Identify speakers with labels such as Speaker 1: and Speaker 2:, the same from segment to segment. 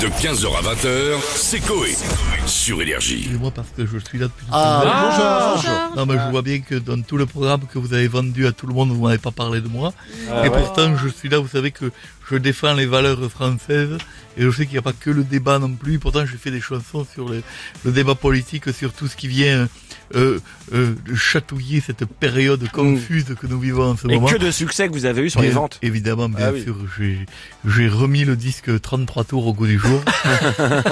Speaker 1: De 15h à 20h, c'est Coé. Sur Énergie.
Speaker 2: Excusez-moi parce que je suis là depuis. tout à l'heure.
Speaker 3: Ah, bonjour.
Speaker 2: Non, mais je vois bien que dans tout le programme que vous avez vendu à tout le monde, vous m'avez pas parlé de moi.
Speaker 3: Ah
Speaker 2: et pourtant, je suis là, vous savez que je défends les valeurs françaises. Et je sais qu'il n'y a pas que le débat non plus. Pourtant, j'ai fait des chansons sur le, le débat politique, sur tout ce qui vient euh, euh, de chatouiller cette
Speaker 3: Mm.
Speaker 2: période confuse que nous vivons en ce
Speaker 3: Et
Speaker 2: moment.
Speaker 3: que de succès que vous avez eu sur les
Speaker 2: Bien-
Speaker 3: ventes.
Speaker 2: Évidemment, bien
Speaker 3: Ah oui.
Speaker 2: sûr. J'ai- J'ai remis le disque 33 tours au goût du jour.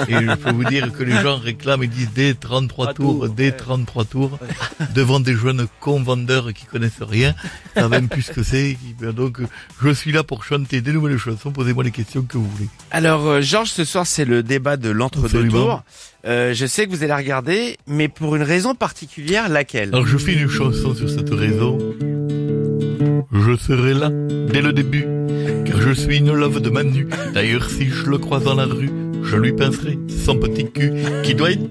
Speaker 2: et je peux vous dire que les gens réclament et disent des 33 tours,
Speaker 3: tours,
Speaker 2: des 33 tours, devant des jeunes con-vendeurs qui connaissent rien, ça savent même plus ce que c'est. Et bien Donc, je suis là pour chanter des nouvelles chansons. Posez-moi les questions que vous voulez.
Speaker 4: Alors euh, Georges, ce soir c'est le débat de l'entre-deux
Speaker 2: Absolument.
Speaker 4: tours. Euh, je sais que vous allez regarder, mais pour une raison particulière, laquelle
Speaker 2: Alors, je fais une chanson sur cette raison. Je serai là dès le début, car je suis une love de Manu. D'ailleurs, si je le croise dans la rue, je lui pincerai son petit cul qui doit être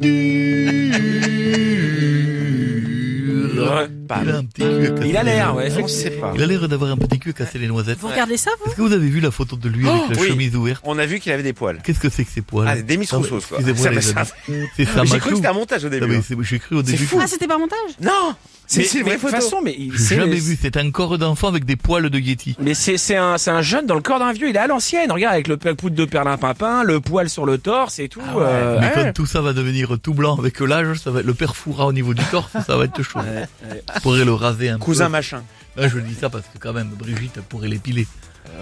Speaker 2: dur.
Speaker 4: Pas.
Speaker 2: Il a un petit cul à casser
Speaker 3: Il a
Speaker 2: les
Speaker 3: l'air,
Speaker 2: noisettes.
Speaker 3: ouais.
Speaker 4: On sait pas.
Speaker 2: Il a l'air d'avoir un petit cul à casser les noisettes.
Speaker 5: Vous regardez ça, vous
Speaker 2: Est-ce que vous avez vu la photo de lui avec la
Speaker 4: Ah, Oh, oui.
Speaker 2: chemise ouverte
Speaker 4: On a vu qu'il avait des poils.
Speaker 2: Qu'est-ce que c'est que ces poils
Speaker 4: Ah, des Miss
Speaker 2: Non, mais
Speaker 4: Rousseau, quoi.
Speaker 2: Excusez-moi,
Speaker 4: Ça,
Speaker 2: les
Speaker 4: ça- Ah,
Speaker 2: amis. C'est ça,
Speaker 4: J'ai cru que
Speaker 2: Maclou.
Speaker 4: c'était un montage au
Speaker 2: Non, mais
Speaker 4: début. hein.
Speaker 2: c'est- J'ai cru au
Speaker 4: C'est
Speaker 2: début.
Speaker 4: fou.
Speaker 5: Ah, c'était pas un montage
Speaker 4: Non,
Speaker 3: Mais-
Speaker 4: c'est c'est une
Speaker 3: mais
Speaker 4: vraie
Speaker 3: de
Speaker 4: photo.
Speaker 3: toute façon, mais il-
Speaker 2: J'ai
Speaker 3: c'est-
Speaker 2: jamais vu cet encore d'enfant avec des poils de Yeti.
Speaker 3: Mais c'est c'est un, c'est un jeune dans le corps d'un vieux. Il est à l'ancienne. Regarde avec le poudre de perlimpinpin, le poil sur le torse et tout. euh,
Speaker 2: Ah Mais
Speaker 3: ouais.
Speaker 2: quand tout ça va devenir tout blanc avec l'âge, ça va être le perfura au niveau du torse, ça va être chaud. On pourrait le raser un
Speaker 4: Cousin
Speaker 2: peu.
Speaker 4: machin.
Speaker 2: Là, je dis ça parce que quand même, Brigitte pourrait l'épiler.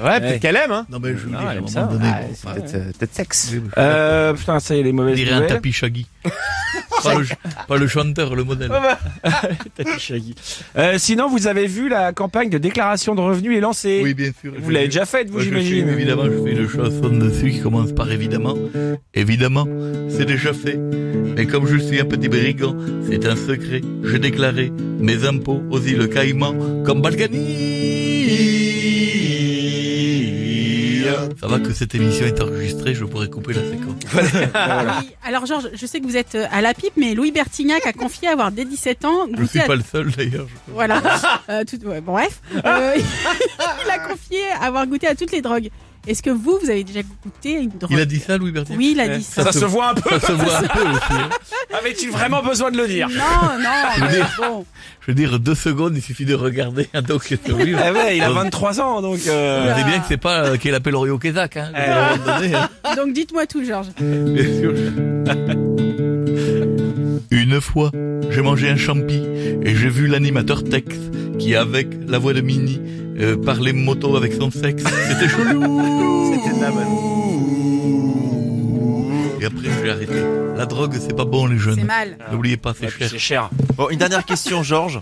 Speaker 4: Ouais, peut-être
Speaker 3: Ouais.
Speaker 4: qu'elle aime. Hein.
Speaker 2: Non mais je vous dis,
Speaker 3: Non,
Speaker 2: à
Speaker 3: elle
Speaker 2: un
Speaker 3: aime
Speaker 2: moment
Speaker 3: ça.
Speaker 2: donné,
Speaker 3: Ah,
Speaker 2: bon,
Speaker 3: c'est
Speaker 2: enfin,
Speaker 4: Peut-être euh, peut-être sexe.
Speaker 2: je- je-
Speaker 3: Euh, putain, ça y est, les
Speaker 2: je
Speaker 3: mauvaises
Speaker 2: dirais un
Speaker 3: nouvelles.
Speaker 2: tapis shaggy. pas, le, ch- pas le chanteur, le modèle.
Speaker 3: Tapis Shaggy. Euh, sinon, vous avez vu la campagne de déclaration de revenus est lancée.
Speaker 2: Oui, bien sûr.
Speaker 3: vous
Speaker 2: je-
Speaker 3: l'avez déjà faite, vous,
Speaker 2: Moi, je
Speaker 3: j'imagine.
Speaker 2: fais, Évidemment, je fais une chanson dessus qui commence par évidemment. Évidemment, c'est déjà fait. Mais comme je suis un petit brigand, c'est un secret. J'ai déclaré mes impôts aux îles Caïmans comme Balkany. Ça va que cette émission est enregistrée, je pourrais couper la séquence.
Speaker 5: Oui. Alors, Georges, je sais que vous êtes euh, à la pipe, mais Louis Bertignac a confié avoir, dès 17 ans,
Speaker 2: Je suis
Speaker 5: goûté à...
Speaker 2: pas le seul d'ailleurs. je-
Speaker 5: Voilà. Euh, tout- ouais, bref. Euh, il a confié avoir goûté à toutes les drogues. Est-ce que vous, vous avez déjà goûté à une drogue
Speaker 2: Il a dit ça, Louis Bertier
Speaker 5: Oui, il a dit ça.
Speaker 3: Ça, se voit un peu.
Speaker 2: Ça se voit un peu aussi. hein.
Speaker 3: Avait-il vraiment besoin de le dire
Speaker 5: Non, non, mais bon.
Speaker 2: Je veux dire, deux secondes, il suffit de regarder un doc et de survivre.
Speaker 3: Ah ouais, il a 23 ans, donc.
Speaker 2: Vous
Speaker 3: Euh...
Speaker 2: savez bien que c'est pas euh, qu'il appelle Orio Kezak, hein. à
Speaker 3: Eh.
Speaker 2: un moment donné, hein.
Speaker 5: Donc, dites-moi tout, Georges.
Speaker 2: Bien sûr. Une fois, j'ai mangé un champi et j'ai vu l'animateur Tex qui, avec la voix de Mini, euh, parlait moto avec son sexe. C'était chelou.
Speaker 4: C'était de la bonne.
Speaker 2: Et après, j'ai arrêté. La drogue, c'est pas bon, les
Speaker 5: C'est
Speaker 2: jeunes.
Speaker 5: mal.
Speaker 2: N'oubliez pas, c'est
Speaker 3: Ouais, puis
Speaker 2: cher.
Speaker 3: C'est cher.
Speaker 6: Bon, une dernière question, Georges,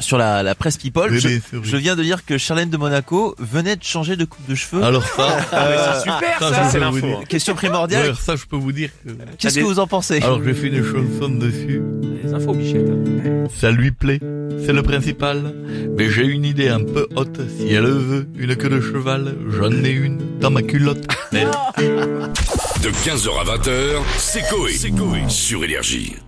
Speaker 6: sur la, la presse People.
Speaker 2: Oui,
Speaker 6: je,
Speaker 2: bien sûr, oui.
Speaker 6: je viens de lire que Charlène de Monaco venait de changer de coupe de cheveux.
Speaker 2: Alors ça,
Speaker 4: Ah,
Speaker 6: Euh,
Speaker 3: Super,
Speaker 2: ça,
Speaker 3: ça,
Speaker 2: ça,
Speaker 3: c'est
Speaker 2: ça vous
Speaker 3: l'info.
Speaker 2: dit.
Speaker 6: question primordiale,
Speaker 2: d'ailleurs, ça, je peux vous dire que...
Speaker 6: qu'est-ce que vous en pensez
Speaker 2: Alors, j'ai fait une chanson dessus.
Speaker 3: Les infos, hein. Bichette.
Speaker 2: Ça lui plaît, c'est le principal. Mais j'ai une idée un peu haute. Si elle veut une queue de cheval, j'en ai une dans ma culotte. Mais-
Speaker 1: De 15h à 20h, c'est Coé. Sur Énergie.